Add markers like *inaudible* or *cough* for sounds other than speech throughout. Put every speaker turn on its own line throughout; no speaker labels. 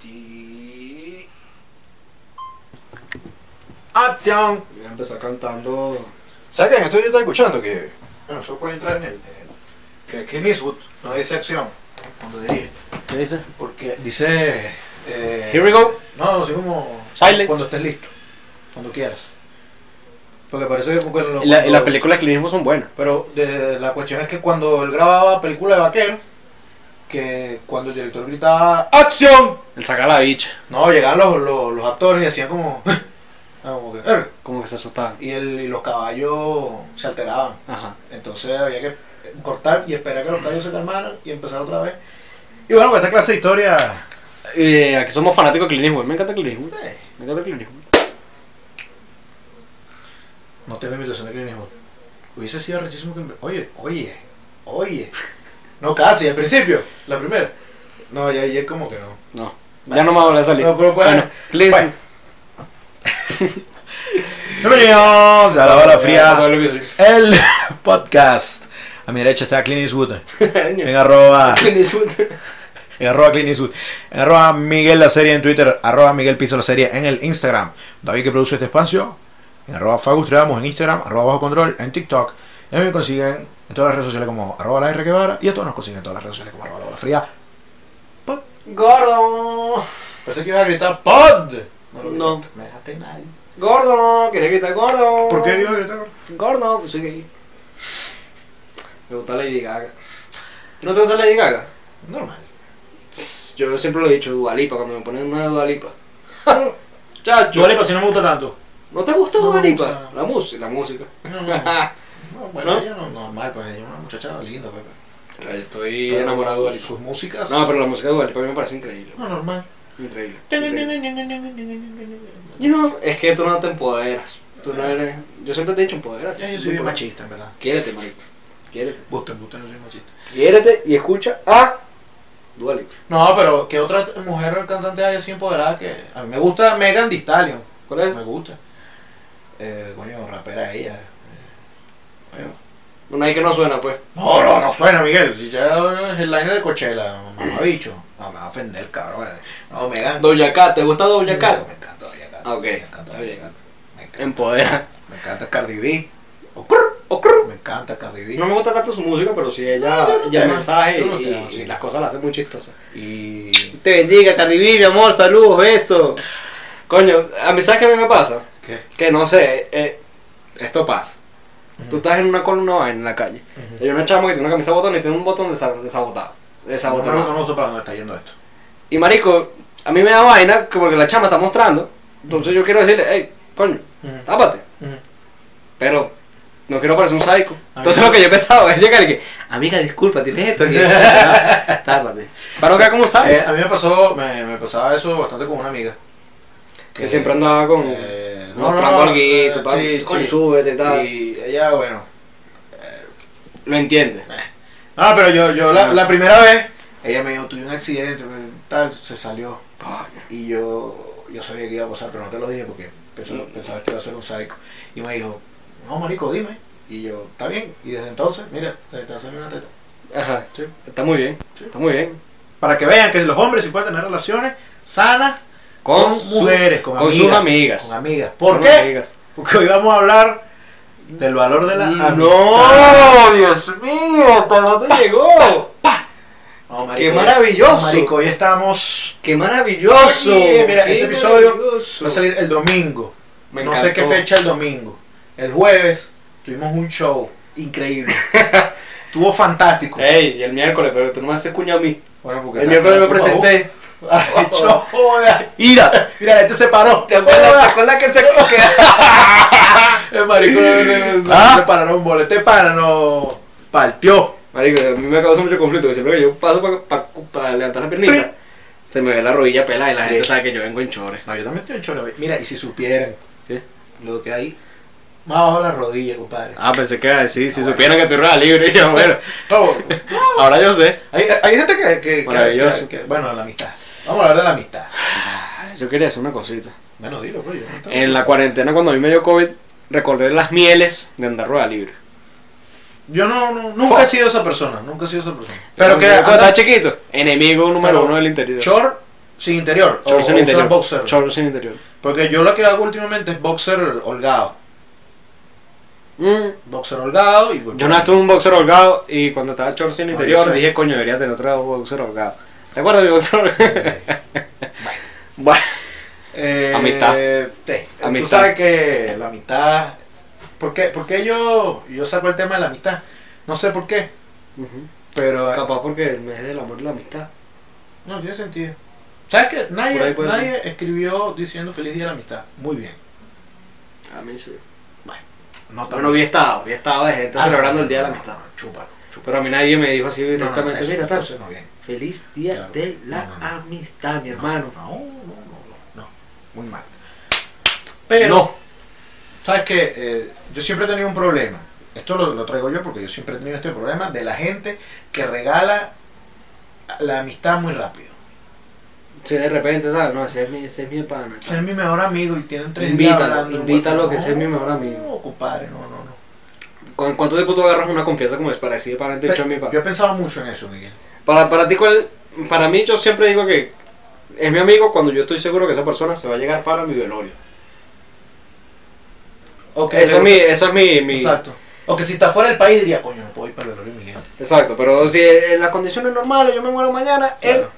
Eti. ¡Acción!
Voy a empezar cantando.
¿Sabes qué? En esto yo estaba escuchando que. Bueno, eso puede entrar en el. Que Clint Eastwood no dice acción cuando dirige.
¿Qué dice?
Porque dice. eh,
Here we go.
No, así como.
Silence.
Cuando estés listo. Cuando quieras. Porque parece que. Cuando,
Y la, y las
cuando-
películas que le hicimos son buenas.
Pero de- la cuestión es que cuando él grababa película de vaquero, que cuando el director gritaba ¡Acción!
El sacar la bicha.
No, llegaban los, los, los actores y hacían como. *laughs* como que, "Er".
Como que se asustaban.
y, el, y los caballos se alteraban.
Ajá.
Entonces había que cortar y esperar que los caballos se calmaran y empezar otra vez. Y bueno, pues esta clase de historia.
Eh, aquí somos fanáticos de Clint Eastwood. Me encanta Clint Eastwood.
eh,
Me encanta Clint Eastwood.
No tengo invitación de Clint Eastwood. Hubiese sido rechísimo que. Oye, oye, oye. No, casi, al principio, la primera. No, ya ayer como que no.
No. Ya no me va a volver a salir.
No, pero pues, bueno,
please.
bueno. *laughs* Bienvenidos a la bala fría. El *laughs* podcast. A mi derecha está Clint Eastwood. En arroba,
*laughs* Clint Eastwood.
en arroba Clint Eastwood. En arroba Miguel la serie en Twitter. Arroba Miguel Piso la serie en el Instagram. David que produce este espacio. En arroba Fagus Ramos en Instagram. Arroba Bajo Control en TikTok. Y a mí me consiguen en todas las redes sociales como arroba la R Guevara. Y a todos nos consiguen en todas las redes sociales como arroba la bala fría. Pod.
Gordo.
Pensé que iba a gritar pod. lo
No.
gritaste, Me dejaste mal.
Gordo. Quería gritar gordo.
¿Por qué iba a gritar?
Gordo, pues soy gay. Me gusta Lady Gaga. ¿No te gusta Lady Gaga?
Normal.
Yo siempre lo he dicho, Dualipa, cuando me ponen una *laughs* Dualipa. Chacho.
Yo le pasé, no me gusta tanto.
¿No te gusta
No me
Dualipa?
gusta.
La música, la música. *laughs*
No, no. No, bueno,
¿No?
ella no normal, pues ella es una muchacha linda, pues.
Estoy enamorado de Dualipa.
Sus músicas.
No, pero la música de Dualipa a mí me parece increíble.
No, normal.
Increíble. increíble.
Ya,
Yo, es que tú no te empoderas. Tú no eres. Yo siempre te he dicho empoderate.
yo soy bien machista, en verdad.
Quiérete, marico. Quiérete.
Busten, busten, no soy machista.
Quiérete y escucha a Dualipa.
No, pero ¿qué otra mujer cantante hay así empoderada que.? A mí me gusta Megan Thee Stallion.
¿Cuál es?
Me gusta. Eh, coño, rapera ella. Bueno.
Una ahí que no suena, pues.
No, no, no suena, Miguel. Si ya es el line de Coachella, mamabicho. No, me va a ofender, cabrón. No, Megan.
Doña Cat, ¿te gusta
Me
Doña Cat?
encanta Doja Cat.
Ah, ok.
Me encanta
Está
Doja
bien.
Cat. Me encanta.
Empodera.
Me encanta Cardi B. O prr,
O crrr.
Me encanta Cardi B.
No me gusta tanto su música, pero sí ella,
No, yo no
ella
te-
el mensaje
yo no
y,
te- sí.
y las cosas las hace muy chistosas.
Y.
Te bendiga, Cardi B, mi amor, saludos, besos. Coño, a mí sabes qué a mí me pasa,
¿Qué?
que no sé, eh, esto pasa. Tú estás en una columna o en la calle.
Ujú.
Hay una chama que tiene una camisa botón y tiene un botón desa- desabotado.
No, no, no,
Desabotonado.
no sé para dónde está yendo esto.
Y marico, a mí me da vaina que porque la chama está mostrando. Entonces yo quiero decirle, hey, coño, tápate. Pero no quiero parecer un psycho.
Ah,
Entonces lo que yo pensaba es llegar y que, amiga, disculpa, tienes esto. tienes esto,
*laughs*
¿no? Tápate. Para no quedar como un psycho.
Eh, a mí me pasó, me, me pasaba eso bastante con una amiga.
que siempre andaba con.
eh, no, no,
mostrando
no,
algo,
eh,
pa-
sí,
coño,
sí.
súbete y tal.
Y ella, bueno.
Lo entiende.
Ah, pero yo, yo la, la primera vez, ella me dijo, tuve un accidente, pues, tal, se salió. Y yo, yo sabía que iba a pasar, pero no te lo dije porque pensaba,
Mm.
pensaba que iba a ser un sádico. Y me dijo, no, marico, dime. Y yo, está bien. Y desde entonces, mira, se te va a salir una teta.
Ajá.
Sí.
Está muy bien.
Sí.
Está muy bien.
Para que vean que los hombres sí pueden tener relaciones sanas con,
su-
mujeres, con,
con
amigas.
sus amigas.
Con amigas. ¿Por
con
qué? Mm.
amigas. Mm,
Porque hoy vamos a hablar del valor de la amistad.
No, Dios mío, hasta dónde llegó.
No,
¡Qué maravilloso!
eh, Marico, hoy estamos...
Qué maravilloso.
Oye, mira,
Qué
este episodio
maravilloso.
Va a salir el domingo.
Me
no sé qué
encantó.
fecha el domingo. El jueves tuvimos un show
*laughs*
increíble. Estuvo fantástico.
Ey, y el miércoles, pero tú no me haces cuña a mí.
Bueno, porque
Eh, El
la-
miércoles me
la-
presenté.
*laughs* Arrecho, joda.
¡Ira!
Mira, la gente se paró.
¿Te acuerdas? ¿Te acuerdas que se
*laughs* El marico eh, no- no- no-
¿Ah?
se pararon un boleto. Este pana no partió.
Marico, a mí me causa mucho conflicto, porque siempre que yo paso para levantar la piernita, se me ve la rodilla pelada y la gente
Sí.
sabe que yo vengo en chores.
No, yo también estoy hecho la ve- Mira, y si supieran
¿Qué?
lo que hay más abajo de la rodilla, compadre.
Ah, pensé que iba a decir, si supieran que estoy rueda libre, *laughs* yo bueno,
No,
ahora yo sé.
hay, hay gente que, que- que-
Maravilloso.
que- que- Bueno, la amistad. Vamos a hablar de la amistad.
Yo quería hacer una cosita.
Bueno, dilo, pues. yo no tengo-
En la cuarentena cuando a mí me dio COVID, recordé las mieles de andar rueda libre.
Yo no, no- nunca he sido esa persona, nunca he sido esa persona.
Oh. Pero que cuando
anda
estaba chiquito, enemigo número
Pero-
uno del interior.
short sin interior. O, o
Shorts sin
usar
interior.
boxer.
Shorts sin interior.
Porque yo lo que hago últimamente es boxer holgado.
Mm,
Boxer holgado y
Yo una vez tuve un boxer holgado y cuando estaba el short sin
Ah,
interior
yo sé.
dije, coño, debería tener otro boxer holgado. ¿Te acuerdas de mi boxer holgado? *laughs* bueno,
Eh,
Amistad.
sí. Tú
Amistad.
sabes que la amistad. ¿Por qué, por qué yo, yo saco el tema de la amistad? No sé por qué,
Ujú.
pero.
capaz porque el mes del amor y la amistad.
No tiene sentido. ¿Sabes qué?
Por
Nadie,
ahí puede
nadie escribió diciendo feliz día de la amistad. Muy bien.
A mí sí.
No tan
Bueno,
bien.
había estado, había estado de gente
Ah,
celebrando
no,
el Día de la
no,
Amistad.
no, Chúpalo, chúpalo.
Pero a mí nadie me dijo así
No, no,
directamente,
eso-
mira, tal.
entonces no bien.
Feliz Día
Claro.
de la
No, no, no.
Amistad, mi hermano.
No, no, no, no, no. Muy mal.
Pero,
Pero, ¿sabes qué? Eh, yo siempre he tenido un problema. Esto lo, lo traigo yo porque yo siempre he tenido este problema de la gente que regala la amistad muy rápido.
si de repente, ¿sabes? No, ese es mi, ese es mi pana. tal.
Ser mi mejor amigo y tienen tres días
Invítalo,
hablando en
invítalo
WhatsApp.
que sea mi mejor
No,
amigo.
compadre, no, no, no.
¿Con cuánto tiempo tú agarras una confianza como es para decir para el
Pe-
dicho a mi pana?
yo he pensado mucho en eso, Miguel.
Para, para ti, ¿cuál? Para mí, yo siempre digo que es mi amigo cuando yo estoy seguro que esa persona se va a llegar para mi velorio.
Ok,
Esa es mi. Esa es mi, mi-
Exacto. O que si está fuera del país diría, coño, no puedo ir para el velorio de Miguel.
Exacto, pero si en las condiciones normales yo me muero mañana, él,
Claro.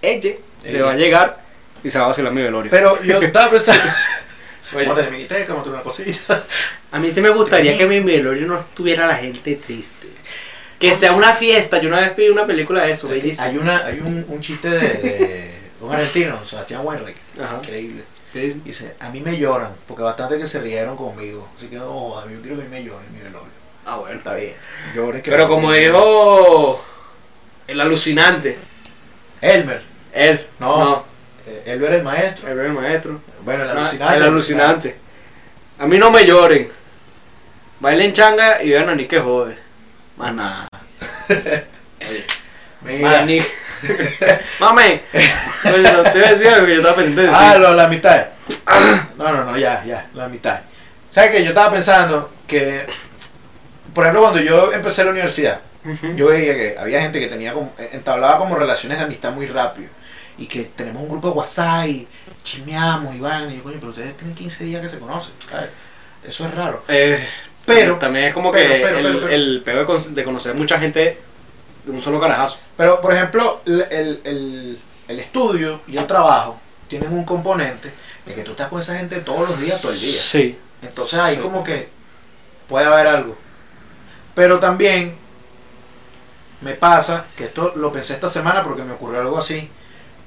ella, se
Ella.
va a llegar y se va a vacilar mi velorio.
Pero yo estaba pensando...
*laughs* Oye,
Vamos a tener miniteca, vamos a tener una cosita.
a mí sí me gustaría que mi velorio no estuviera la gente triste. Que sea una fiesta. Yo una vez pedí una película de eso, bellísima.
Hay, una, hay un, un chiste de, de un argentino, Sebastián Weinrich,
Ajá.
increíble.
¿Qué dice?
Dice, a mí me lloran, porque bastante que se rieron conmigo. Así que, oh, yo quiero que me lloren, mi velorio.
Ah, bueno.
Está bien. Lloren que
Pero
me-
como dijo el alucinante,
Elmer.
él.
No. eh, Elmer el maestro.
él era el maestro.
Bueno, el
Ah,
alucinante.
El alucinante. A mí no me lloren. Bailen changa y vean a Nick que jode. Más nada.
Mira.
Más Nick. *laughs* Mame. Bueno, te iba a decir algo que yo estaba pendiente de decir.
Ah, lo- la mitad. No, no, no, ya, ya, la mitad. ¿Sabes qué? Yo estaba pensando que, por ejemplo, cuando yo empecé la universidad,
Ujú.
yo veía que había gente que tenía como, eh, entablaba como relaciones de amistad muy rápido. Y que tenemos un grupo de WhatsApp y chismeamos y van. Y yo, coño, pero ustedes tienen 15 días que se conocen. ¿sabes? Eso es raro.
Eh,
Pero-
también es como
pero,
que
pero,
el,
pero, pero.
el peo de, con- de conocer mucha gente de un solo carajazo.
Pero, por ejemplo, el, el- el- el estudio y el trabajo tienen un componente de que tú estás con esa gente todos los días, todo el día.
Sí.
Entonces ahí
Sí.
como que puede haber algo. Pero también me pasa, que esto lo pensé esta semana porque me ocurrió algo así,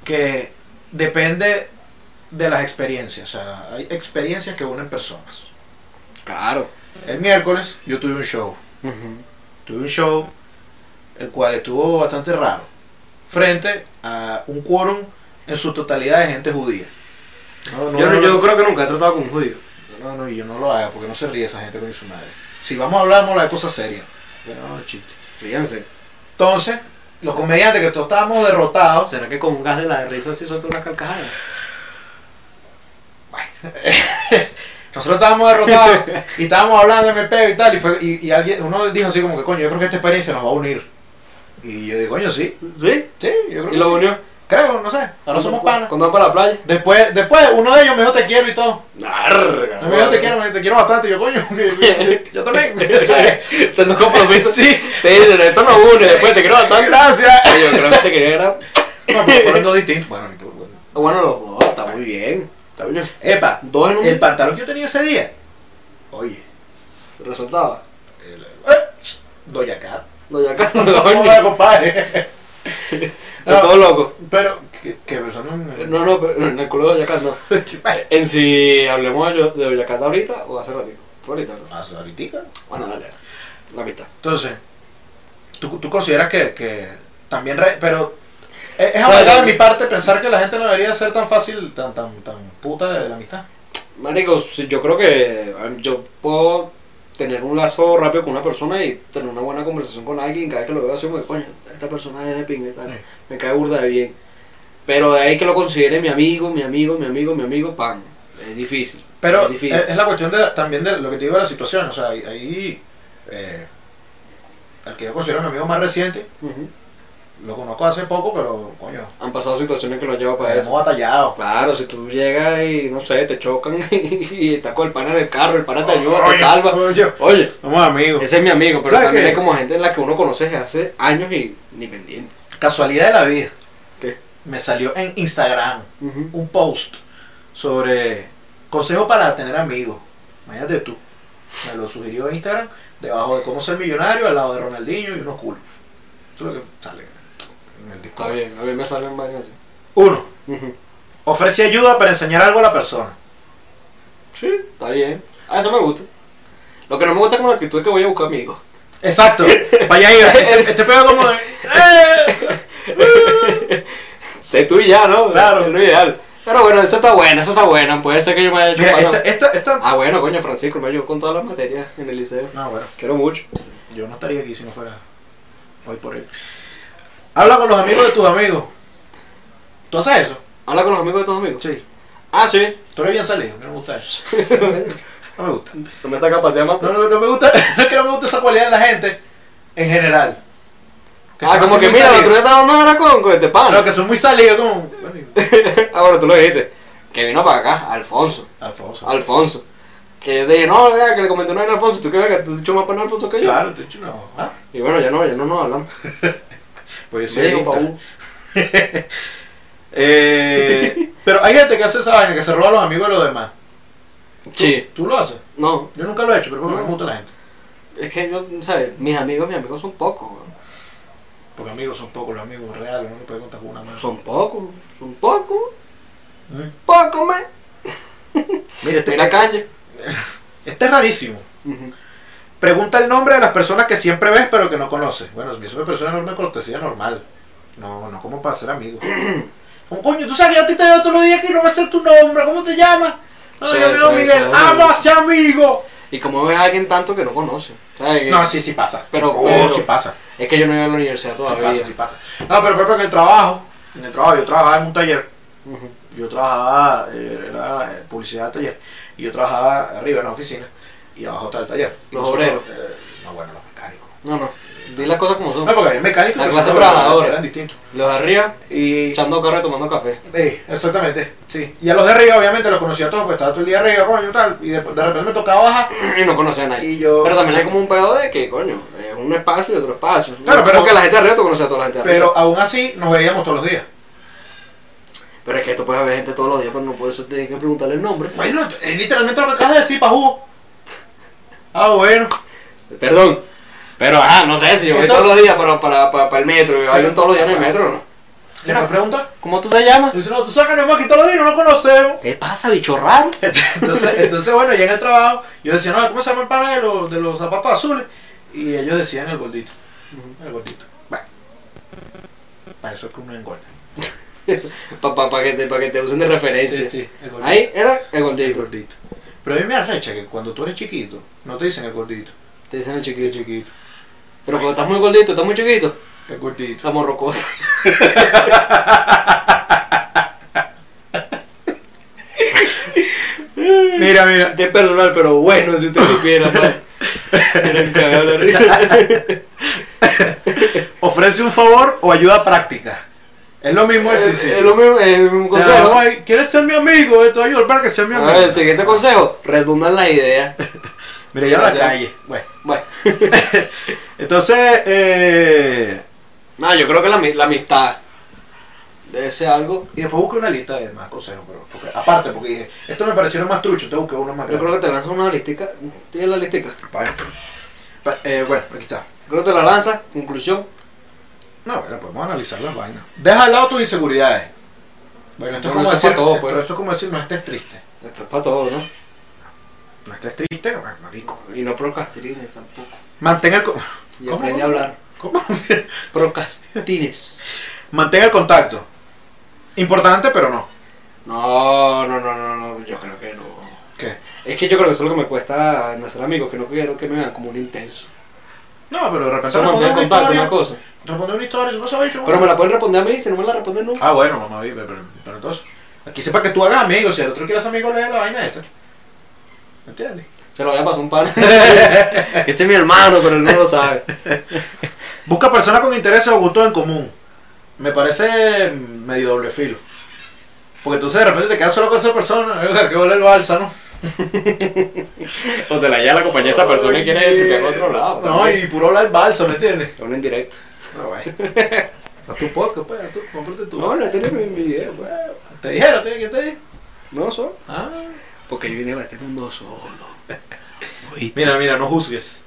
que depende de las experiencias. O sea, hay experiencias que unen personas.
Claro.
El miércoles yo tuve un show. Tuve un show el cual estuvo bastante raro. Frente a un quórum en su totalidad de gente judía. No, no,
yo, no-
no,
yo
no.
creo que nunca he tratado con un judío.
No, no, y yo no lo haga porque no se ríe esa gente con su madre. Si vamos a hablar, vamos a hablar de cosas serias. Pero no, no, chiste.
Fíjense.
Entonces, los comediantes que todos estábamos derrotados.
¿Será que con un gas de la de risa sí suelto una carcajada?
Nosotros estábamos derrotados y estábamos hablando en el pedo y tal. Y, fue, y, y alguien, uno dijo así como que, coño, yo creo que esta experiencia nos va a unir. Y yo digo, coño, sí.
¿Sí?
Sí, yo creo
¿Y lo
que sí.
unió?
Creo, no sé. Ahora somos panas.
Cuando van para la playa.
Después, después, uno de ellos me dijo te quiero y todo.
Arr,
Me dijo te
*laughs*
quiero, me dijo, te quiero bastante. Y yo, coño, yo también.
Se nos
*laughs*
compromiso. Sí. Te dicen, esto no une, después te quiero bastante.
Gracias.
Yo creo que te quería ganar.
No, pero fueron dos distintos. Bueno, ni por- bueno.
Bueno, los dos, está muy bien. Está bien.
Epa,
Dos en un.
el pantalón que yo tenía ese día. Oye,
Resaltaba.
el, eh, doy *laughs* acá.
No, ya acá no
No, no, *laughs* compadre. No,
todo loco.
pero, que, que pensando en.
No, no, pero en el culo de Boyacá no.
*laughs*
En si hablemos de, de Boyacá de ahorita o hace ratito. Fue ahorita, ¿no?
Ah, ahorita.
Bueno, dale. La mitad.
Entonces, ¿tú, tú consideras que, que también. re- pero. e, Es, es
¿Sabes?
amargado de mi parte pensar que la gente no debería ser tan fácil, tan, tan, tan puta de la amistad.
Marico, sí, yo creo que eh, yo puedo tener un lazo rápido con una persona y tener una buena conversación con alguien. Cada vez que lo veo, así como que, coño, esta persona es de pingue, tal.
Sí.
Me cae burda de bien. Pero de ahí que lo considere mi amigo, mi amigo, mi amigo, mi amigo, pan. Es difícil.
Pero eh,
es
es,
difícil.
es la cuestión de, también de lo que te digo de la situación. O sea, ahí. ahí, eh, al que yo considero mi amigo más reciente,
Ujú.
lo conozco hace poco, pero coño.
Han pasado situaciones que lo llevan para eso.
pues, Hemos batallado.
Claro, si tú llegas y no sé, te chocan *laughs* y, estás con el pana en el carro, el
pues.
pana te ayuda,
Oye,
te salva.
oye,
Oye,
Somos amigos.
ese es mi amigo, pero
¿Sabes
también
qué?
hay como gente en la que uno conoce desde hace años y ni pendiente.
Casualidad de la vida.
¿Qué?
Me salió en Instagram
Ujú.
un post sobre consejos para tener amigos. Imagínate tú. Me lo sugirió Instagram, debajo de cómo ser millonario, al lado de Ronaldinho y unos culos. Eso es lo que sale en el
Está
Discord.
bien, a mí me salen varias así.
Uno,
Ujú.
ofrece ayuda para enseñar algo a la persona.
Sí, está bien. Ah, eso me gusta. Lo que no me gusta es como la actitud que voy a buscar *laughs* amigos.
Exacto.
*laughs*
Vaya iba. Este, este pedo como de. eh.
Sé tú y ya, ¿no?
Claro.
Es lo ideal. Pero bueno, eso está bueno, eso está bueno. Puede ser que yo me haya hecho
Mira,
palo.
esta, esta, esta.
Ah, bueno, coño, Francisco me ayudó con todas las materias en el liceo.
No, bueno.
Quiero mucho.
Yo no estaría aquí si no fuera hoy por él. Habla con los amigos de tus amigos. ¿Tú haces eso?
Habla con los amigos de tus amigos.
Sí.
Ah, sí.
Tú eres bien salido, a mí no me gusta eso. No me gusta.
No me saca a pasear más. pues.
No, no, no me gusta. *laughs* No es que no me gusta esa cualidad de la gente en general.
ah, como que mira, el otro día estaba hablando ahora con, con este pan.
No, que son muy salidos como. bueno, y-
*laughs* Ah, bueno, tú lo dijiste. Que vino para acá, Alfonso.
Alfonso.
Alfonso. Que yo te dije, no, vea, que le comentó no era Alfonso. ¿Tú crees que tú has dicho más para Alfonso que yo?
Claro, te he dicho no. Ah,
Y bueno, ya no, ya no nos hablamos.
pues
Me dijo,
ahorita.
Paú.
*laughs* Eh, pero hay gente que hace esa vaina, que se roba a los amigos de los demás.
Sí.
¿Tú lo haces?
No,
Yo nunca lo he hecho, pero porque no me
No.
gusta la gente.
es que yo, ¿sabes? Mis amigos, mis amigos son pocos, weón.
Porque amigos son pocos, los amigos reales, no me puede contar con una mano.
Son pocos, son pocos,
Mm.
pocos, man.
Mira, este,
Mira, Kanye.
este es rarísimo.
Ujú.
Pregunta el nombre de las personas que siempre ves pero que no conoces. Bueno, si es una persona normal, cortesía normal. No, no como para ser
*clears throat*
amigo. Como coño, tú sabes que yo a ti te veo todos los días que no me sé tu nombre, ¿cómo te llamas? No,
Sí,
yo me llamo
sí,
Miguel.
sí.
¡Ah, no, sea amigo!
Y como ves a alguien tanto que no conoce. ¿sabes?
No, sí, sí pasa.
Pero-
oh,
pero-
sí pasa.
Es que yo no iba a la universidad
Sí
todavía.
pasa, sí pasa. No, pero por ejemplo en el trabajo, en el trabajo, yo trabajaba en un taller.
Ujú.
Yo trabajaba, eh, era eh, publicidad del taller, y yo trabajaba arriba en la oficina y abajo estaba el taller. Y
Los
nosotros,
obreros.
eh, no, bueno, los mecánicos.
No, no. Di las cosas como son.
No, porque había mecánicos
La
pero
clase
esos
trabajadora. ¿eh?
eran distintos.
Los de arriba,
Y,
echando carro y tomando café. *clears throat*
eh, exactamente, sí. Y a los de arriba, obviamente, los conocía a todos, pues estaba todo el día arriba, coño, tal. Y de, de repente me tocaba bajar
y no conoce a nadie.
y yo.
Pero también hay como un pedo de que, coño, es un espacio y otro espacio.
Claro,
No,
pero-
Porque la gente de arriba tú conoces a toda la gente de arriba.
Pero aún así, nos veíamos todos los días.
Pero es que tú puedes ver gente todos los días, pero no por eso tienes que preguntarle el nombre.
Bueno, es literalmente lo que acabas de decir, Pajú. Ah, bueno.
Perdón. Pero ajá, no sé si yo voy
Entonces-
todos los días para, para, para, para el metro. y Hay un todos los días en el metro, ¿no?
¿Le puedes preguntar?
¿Cómo tú te llamas?
Dice, no, tú sabes que nos hemos aquí todos los días, no nos conocemos.
¿Qué pasa, bicho *laughs* raro?
*laughs* Entonces, entonces bueno, ya en el trabajo, yo decía, no, ¿cómo se llama el pana de los, de los zapatos azules? Y ellos decían el gordito. El gordito. Bueno. Para eso es que uno engorda.
Para que, te- pa que te usen de referencia.
el gordito.
Ahí era el
El
gordito.
gordito. Pero a mí me arrecha que cuando tú eres chiquito, no te dicen el gordito.
Te dicen el
El
chiquito.
chiquito.
Pero cuando estás muy gordito, estás muy chiquito,
El gordito.
la *laughs* morrocosa.
Mira, mira.
Qué personal, pero bueno, si usted supiera, *laughs* man. Era un cagado la *laughs* risa.
Ofrece un favor o ayuda práctica. Es lo mismo el
Es
principio.
es Eh, lo mismo, es el mismo
O sea,
consejo.
"Ay, ¿Quieres ser mi amigo? Esto ayuda para que sea mi
A
amigo.
ver, el siguiente consejo, redundan las ideas.
Mira, ya la
Ya.
calle. Bueno.
Bueno,
Entonces, eh,
no, yo creo que la, ami- la amistad debe ser algo.
Y después busqué una lista de más consejos, pero porque, aparte, porque dije, esto me parecieron más truchos, te busqué uno más.
Yo creo que te lanzas una listica. ¿Tienes la listica?
Bueno. Pa- eh, bueno, aquí está.
Creo que te la lanzas, conclusión.
No, bueno, podemos analizar las vainas. Deja al lado tus inseguridades. Bueno, esto es
Pero
como
eso es
decir, eh,
para todo, pues.
pero esto es como decir, no estés triste.
Esto es para todo, ¿no?
No estés triste, bueno, marico.
Y no procrastines tampoco.
Mantén el, co- *laughs*
Y
¿Cómo?
aprende a hablar.
¿Cómo? *laughs*
Procrastines.
Mantén el contacto. Importante, pero no.
No, no, no, no, no, yo creo que no.
¿Qué?
Es que yo creo que eso es lo que me cuesta en hacer amigos, que no quiero que me vean como un intenso.
No, pero de repente
Eso me
responder
pueden
una
contar
historia.
una cosa.
Responder una historia, eso no se ha hecho.
Pero me la pueden responder a mí, si no me la responden nunca.
Ah, bueno, mamá, pero, pero, pero entonces. Aquí sepa que tú hagas amigos, si el otro quiere hacer amigo, le da la vaina esta. ¿Me entiendes?
Se lo voy a pasar un *laughs* par. que ese es mi hermano, pero él no lo sabe.
Busca personas con intereses o gustos en común. me parece medio doble filo. Porque entonces de repente te quedas solo con esa persona, o sea, que huele el balsa, ¿no?
O te la lleva la compañía esa persona y quiere
Oye,
tripear en otro lado. pues.
No, y puro hablar el balsa, ¿me entiendes?
Uno en directo.
No, *laughs* bueno. A tu podcast, pues, a tu, cómprate tu.
No, no tiene mi, mi video, pues.
Te dijeron, ¿te- ¿quién te dijo?
No, solo.
Ah.
Porque yo vine a este mundo solo.
Mira, mira, no juzgues.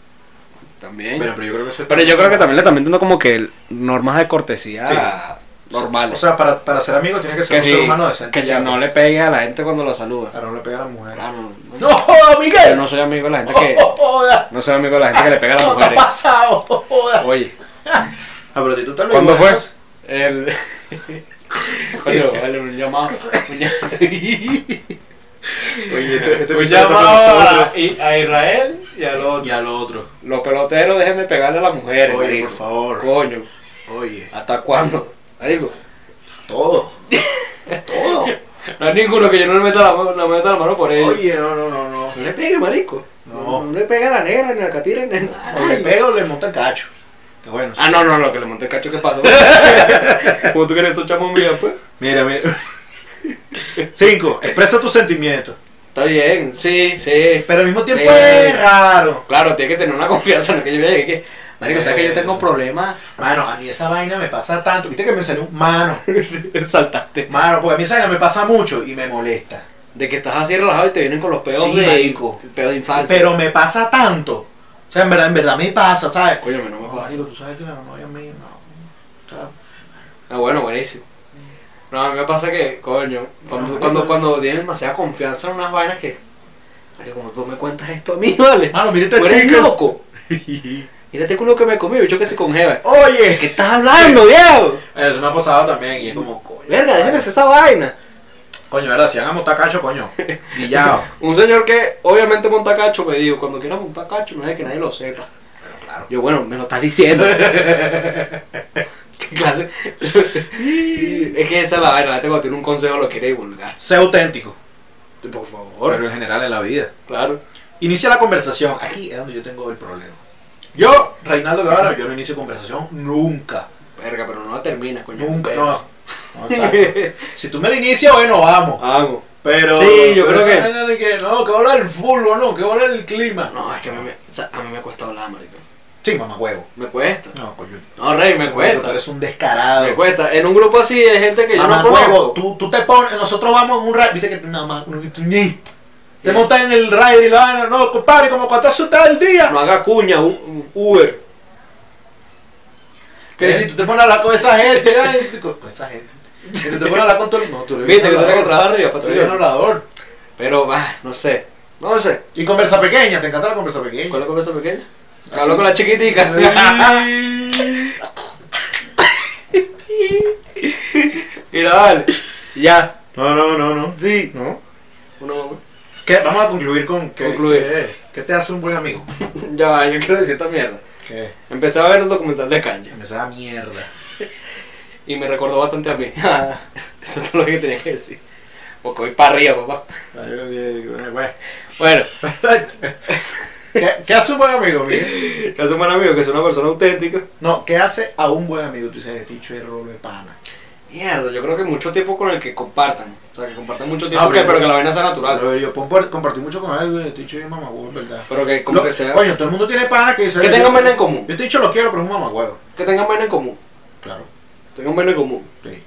También.
Mira,
Pero,
pero yo creo que eso es-
yo creo que también le están metiendo como que normas de cortesía
Sí.
normales.
O sea, para, para ser amigo tiene que ser
que
un
si,
ser humano decente.
que si
ya,
no le pegue a la gente cuando la saluda.
Para no le pegar a la mujer.
Ah, no,
¡No, joda,
Yo
Miguel!
no soy amigo de la
*laughs*
gente *laughs* que.
¡Oh, joda!
No soy amigo de la gente que le pega a las
¿Cómo te ha
mujeres.
pasado? *laughs* ¡Oh, joda!
Oye,
Ah, pero tú te lo
¿cuándo fue? Eh.
imaginas.
El. *laughs* Coño, vale, un llamado. un llamado-
Oye, este, este
Un
episodio está para
llamado a,
nosotros.
I- a Israel y al otro.
Y al otro.
Los peloteros, déjenme pegarle a las mujeres.
Oye,
marico.
por favor.
Coño,
Oye,
¿hasta cuándo? Marico,
todo.
*laughs*
todo.
no hay ninguno que yo no le meta la, mano- no meta la mano por él.
Oye, no, no, no, no.
No le pegue, marico.
No.
le pegue a la negra, ni a la catira, ni a
O le pega o le monta el cacho. Que bueno. sí.
Ah, no, no, lo que le monté el cacho, ¿qué *laughs* pasó? ¿Cómo tú quieres esos chamos míos, pues?
Mira, mira. *laughs* Cinco, expresa tus sentimientos.
Está bien, sí, sí.
Pero al mismo tiempo
Sí.
es raro.
Claro, tienes que tener una confianza en que yo llegue. Que, marico, sabes que yo tengo
Eso.
problemas. *laughs*
Mano, a mí esa vaina me pasa tanto. Viste que me salió un mano.
Saltaste.
Mano, porque a mí esa vaina me pasa mucho y me molesta.
De que estás así relajado y te vienen con los peos
Sí,
de.
marico.
Peos de infancia.
Pero me pasa tanto. O sea, en verdad, en verdad me pasa, ¿sabes?
Coño, no me
No,
pasa.
marico, tú sabes que la novia mía, no. O sea,
Ah, bueno, buenísimo. No, a mí me pasa que, coño, cuando,
No,
cuando,
no.
cuando tienes demasiada confianza en unas vainas que. Marico, como tú me cuentas esto a mí, *laughs* vale.
Mano, mírate
Tú eres
este culo.
loco.
*laughs*
Mírate culo que me comí, bicho que se congela.
Oye.
¿Qué estás hablando, viejo?
Eso me ha pasado también y es como, coño.
Verga,
vale.
déjenme hacer esa vaina.
Coño, verdad, si van a montar cacho, *laughs* coño. Guillado.
Un señor que obviamente monta cacho me dijo, cuando quiera montar cacho, no es que nadie lo sepa.
claro.
Yo, bueno, me lo
*laughs*
estás diciendo. *laughs* ¿Qué clase? es que esa es la vaina, la gente cuando tiene un consejo lo quiere divulgar.
Sé auténtico.
Por favor.
Pero en general en la vida.
Claro.
Inicia la conversación. Aquí es donde yo tengo el problema. Yo, Reinaldo Guevara, yo no inicio conversación nunca.
Verga, pero no la terminas, coño.
Nunca. No. No, *laughs* exacto. si tú me la inicias, bueno, vamos.
Hago.
Pero.
Sí, yo
pero
creo
esa
que-
vaina de que. No, que ahora el fútbol, no, que ahora el clima.
No, es que a mí me, o sea, a mí me cuesta hablar, marico.
Sí, mamá huevo.
Me cuesta.
No, coño.
No, Rey, me
Tú
cuesta.
eres un descarado.
Me cuesta. En un grupo así de gente que yo
Mamá
no
huevo,
conozco.
tú, tú te pones. Nosotros vamos en un ride. Viste que. Nada más. Te montas en el ride y la vaina. No, compadre, como cuánto hace usted al día.
No haga cuña, u- u- Uber.
Que ven y tú te pones a hablar con esa gente, ay, *laughs* con, con esa gente. Y tú te pones a hablar con todo el mundo. Tú eres
Viste que
bien
tú eres que
hablador.
trabajas arriba,
Tú eres bien
fastidioso.
hablador.
Pero, va, no sé. No sé.
Y conversa pequeña, te encanta la conversa pequeña.
¿Cuál es la conversa pequeña?
Así.
Habló con la chiquitica. *laughs* Mira, vale. Ya. *laughs*
No, no, no, no.
Sí.
¿No?
Una mamá.
¿Qué? Vamos a concluir con qué,
Concluir.
qué, qué te hace un buen amigo.
Ya va, yo quiero decir esta mierda.
¿Qué?
Empecé a ver el documental de Kanye.
Me da
*laughs*
mierda.
Y me recordó bastante a mí. *laughs* Eso es todo lo que tenía que decir. Porque voy para arriba, papá.
Bueno.
Bueno,
¿Qué, ¿Qué hace un buen amigo, Miguel?
que hace un buen amigo, que es una persona auténtica.
No, ¿qué hace a un buen amigo? Tú dices, este dicho es rolo de pana.
Mierda, yo creo que mucho tiempo con el que compartan. O sea, que compartan mucho
Ah,
tiempo,
pero-
que- pero que la vaina sea natural.
Pero yo compar- compartí mucho con él, güey, este dicho es mamagüey, en verdad.
Pero que como
Lo-
que sea.
Coño, todo el mundo tiene pana que dice.
Que
"Yo-
tengan vaina en común.
Yo te he dicho lo quiero, pero es un mamagüevo.
Que tengan vaina en común.
Claro.
Tengan vaina en común.
Sí.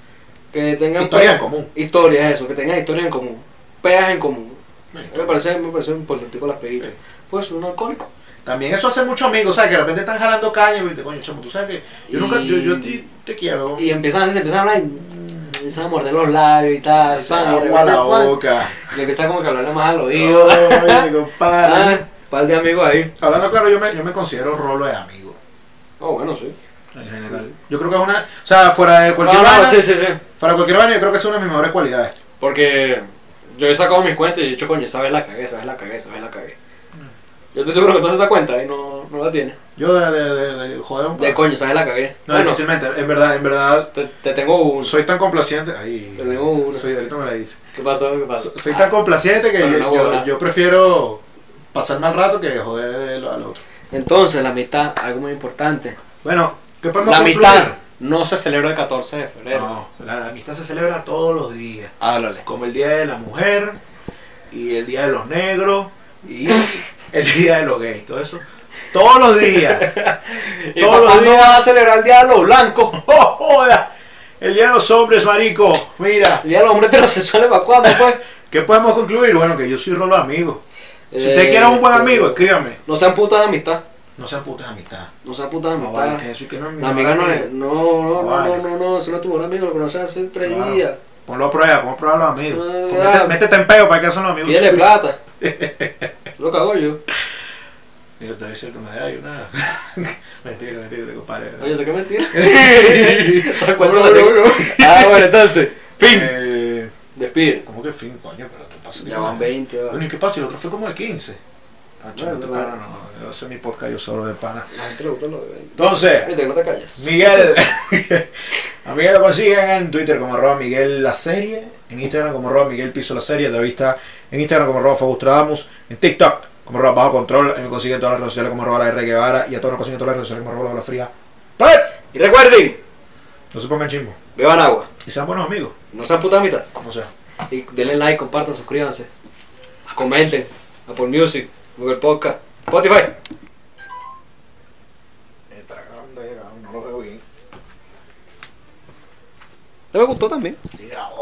Que tengan.
Historia en común.
Historias, eso. Que tengan historias en común. Peas en común. Me
Bueno,
parece, me parece importante con las peguitas.
Sí.
Pues soy un alcohólico.
También eso hace muchos amigos, ¿sabes? Que de repente están jalando caña y te coño, chamo, tú sabes que yo nunca,
Y-
yo, yo a ti te quiero.
Y empiezan así, se empiezan a hablar y empiezan a morder los labios y tal.
Se
pan,
agua a la
pan.
boca.
Y empiezan como que a hablarle más
*laughs*
al *laughs* oído.
Ay, compadre.
Ah, par de amigos ahí.
Hablando claro, yo me, yo me considero rolo de amigo.
Oh, bueno, sí.
En general. Yo creo que es una. O sea, fuera de cualquier
No, no,
vaina.
sí, sí, sí.
Fuera de cualquier vaina, yo creo que es una de mis mejores cualidades.
Porque yo he sacado mis cuentas y he dicho, coño, esa vez la cagué, esa vez la cagué, esa vez la cagué. Yo estoy seguro que tú haces esa cuenta y no, no la tienes.
Yo de, de, de, de joder un
De
poco.
coño, esa vez la cagué.
No,
bueno,
difícilmente. En verdad, en verdad,
te, te tengo un...
soy tan complaciente. Ay,
Te tengo uno.
soy, ahorita me la dice.
¿Qué pasó? ¿Qué pasó?
So- Soy tan complaciente que
Pero
yo,
no
yo-
bola.
yo prefiero pasar mal rato que joder al otro.
Ah, Entonces, la amistad, algo muy importante.
Bueno, ¿qué podemos
La
concluir?
amistad. no se celebra el 14 de febrero.
No, la amistad se celebra todos los días.
Háblale.
Como el Día de la Mujer, y el Día de los Negros, y el Día de los Gays, todo eso. Todos los días.
¿Y
Todos los
papá no
días.
va a celebrar el Día de los Blancos?
¡Oh, joda! El Día de los Hombres, marico. Mira,
El Día de los Hombres *laughs* Heterosexuales, ¿para cuándo, pues?
¿qué podemos concluir? Bueno, que yo soy rolo amigo. Si usted
Eh,
quiere un buen
este,
amigo, escríbame.
No sean putas de amistad.
No sean putas amistad.
No sean putas de
No
amistad.
Ah, vale, que eso y que no es mi
La amiga no es. No, no, no,
Vale.
no, no, no, si no es tu mejor amigo, lo conoces hace tres
Claro.
días.
Ponlo a prueba, ponlo a prueba a los amigos.
Ah,
Pues métete, métete en peo para que son los amigos.
Pídele plata.
*laughs*
lo cago yo.
Mira, te voy a decir tu madre, hay una. *laughs* mentira, mentira, te compadre.
Oye, ¿eso qué mentira?
*laughs* ¿Te
Cuéntale. Ah, bueno, entonces. Fin.
Eh,
Despide.
¿Cómo que fin, coño? Pero tú pasas.
Ya van 20. va.
Bueno, ¿y qué pasa? El otro fue como de 15. Ah, chaval, este
Bueno, la-
pana no, yo sé mi podcast yo solo de pana.
La gente le gusta lo de 20.
Entonces,
Vete, que no te calles.
Miguel. *laughs* A Miguel lo consiguen en Twitter como arroba Miguel la serie, en Instagram como arroba Miguel Piso la serie, David está en Instagram como arroba Fabustradamus, en TikTok como arroba Bajo Control, a mí me consiguen en todas las redes sociales como arroba la R Guevara y a todos nos consiguen en todas las redes sociales como arroba la Bola fría. ¡Pero!
Y recuerden,
No se pongan chimbo.
beban agua.
Y sean buenos amigos.
No sean putas de amistad.
O sea.
Y denle like, compartan, suscríbanse. Comenten. Apple Music, Google Podcast, Spotify.
no lo veo bien.
¿Te me gustó también?
Sí, grabo.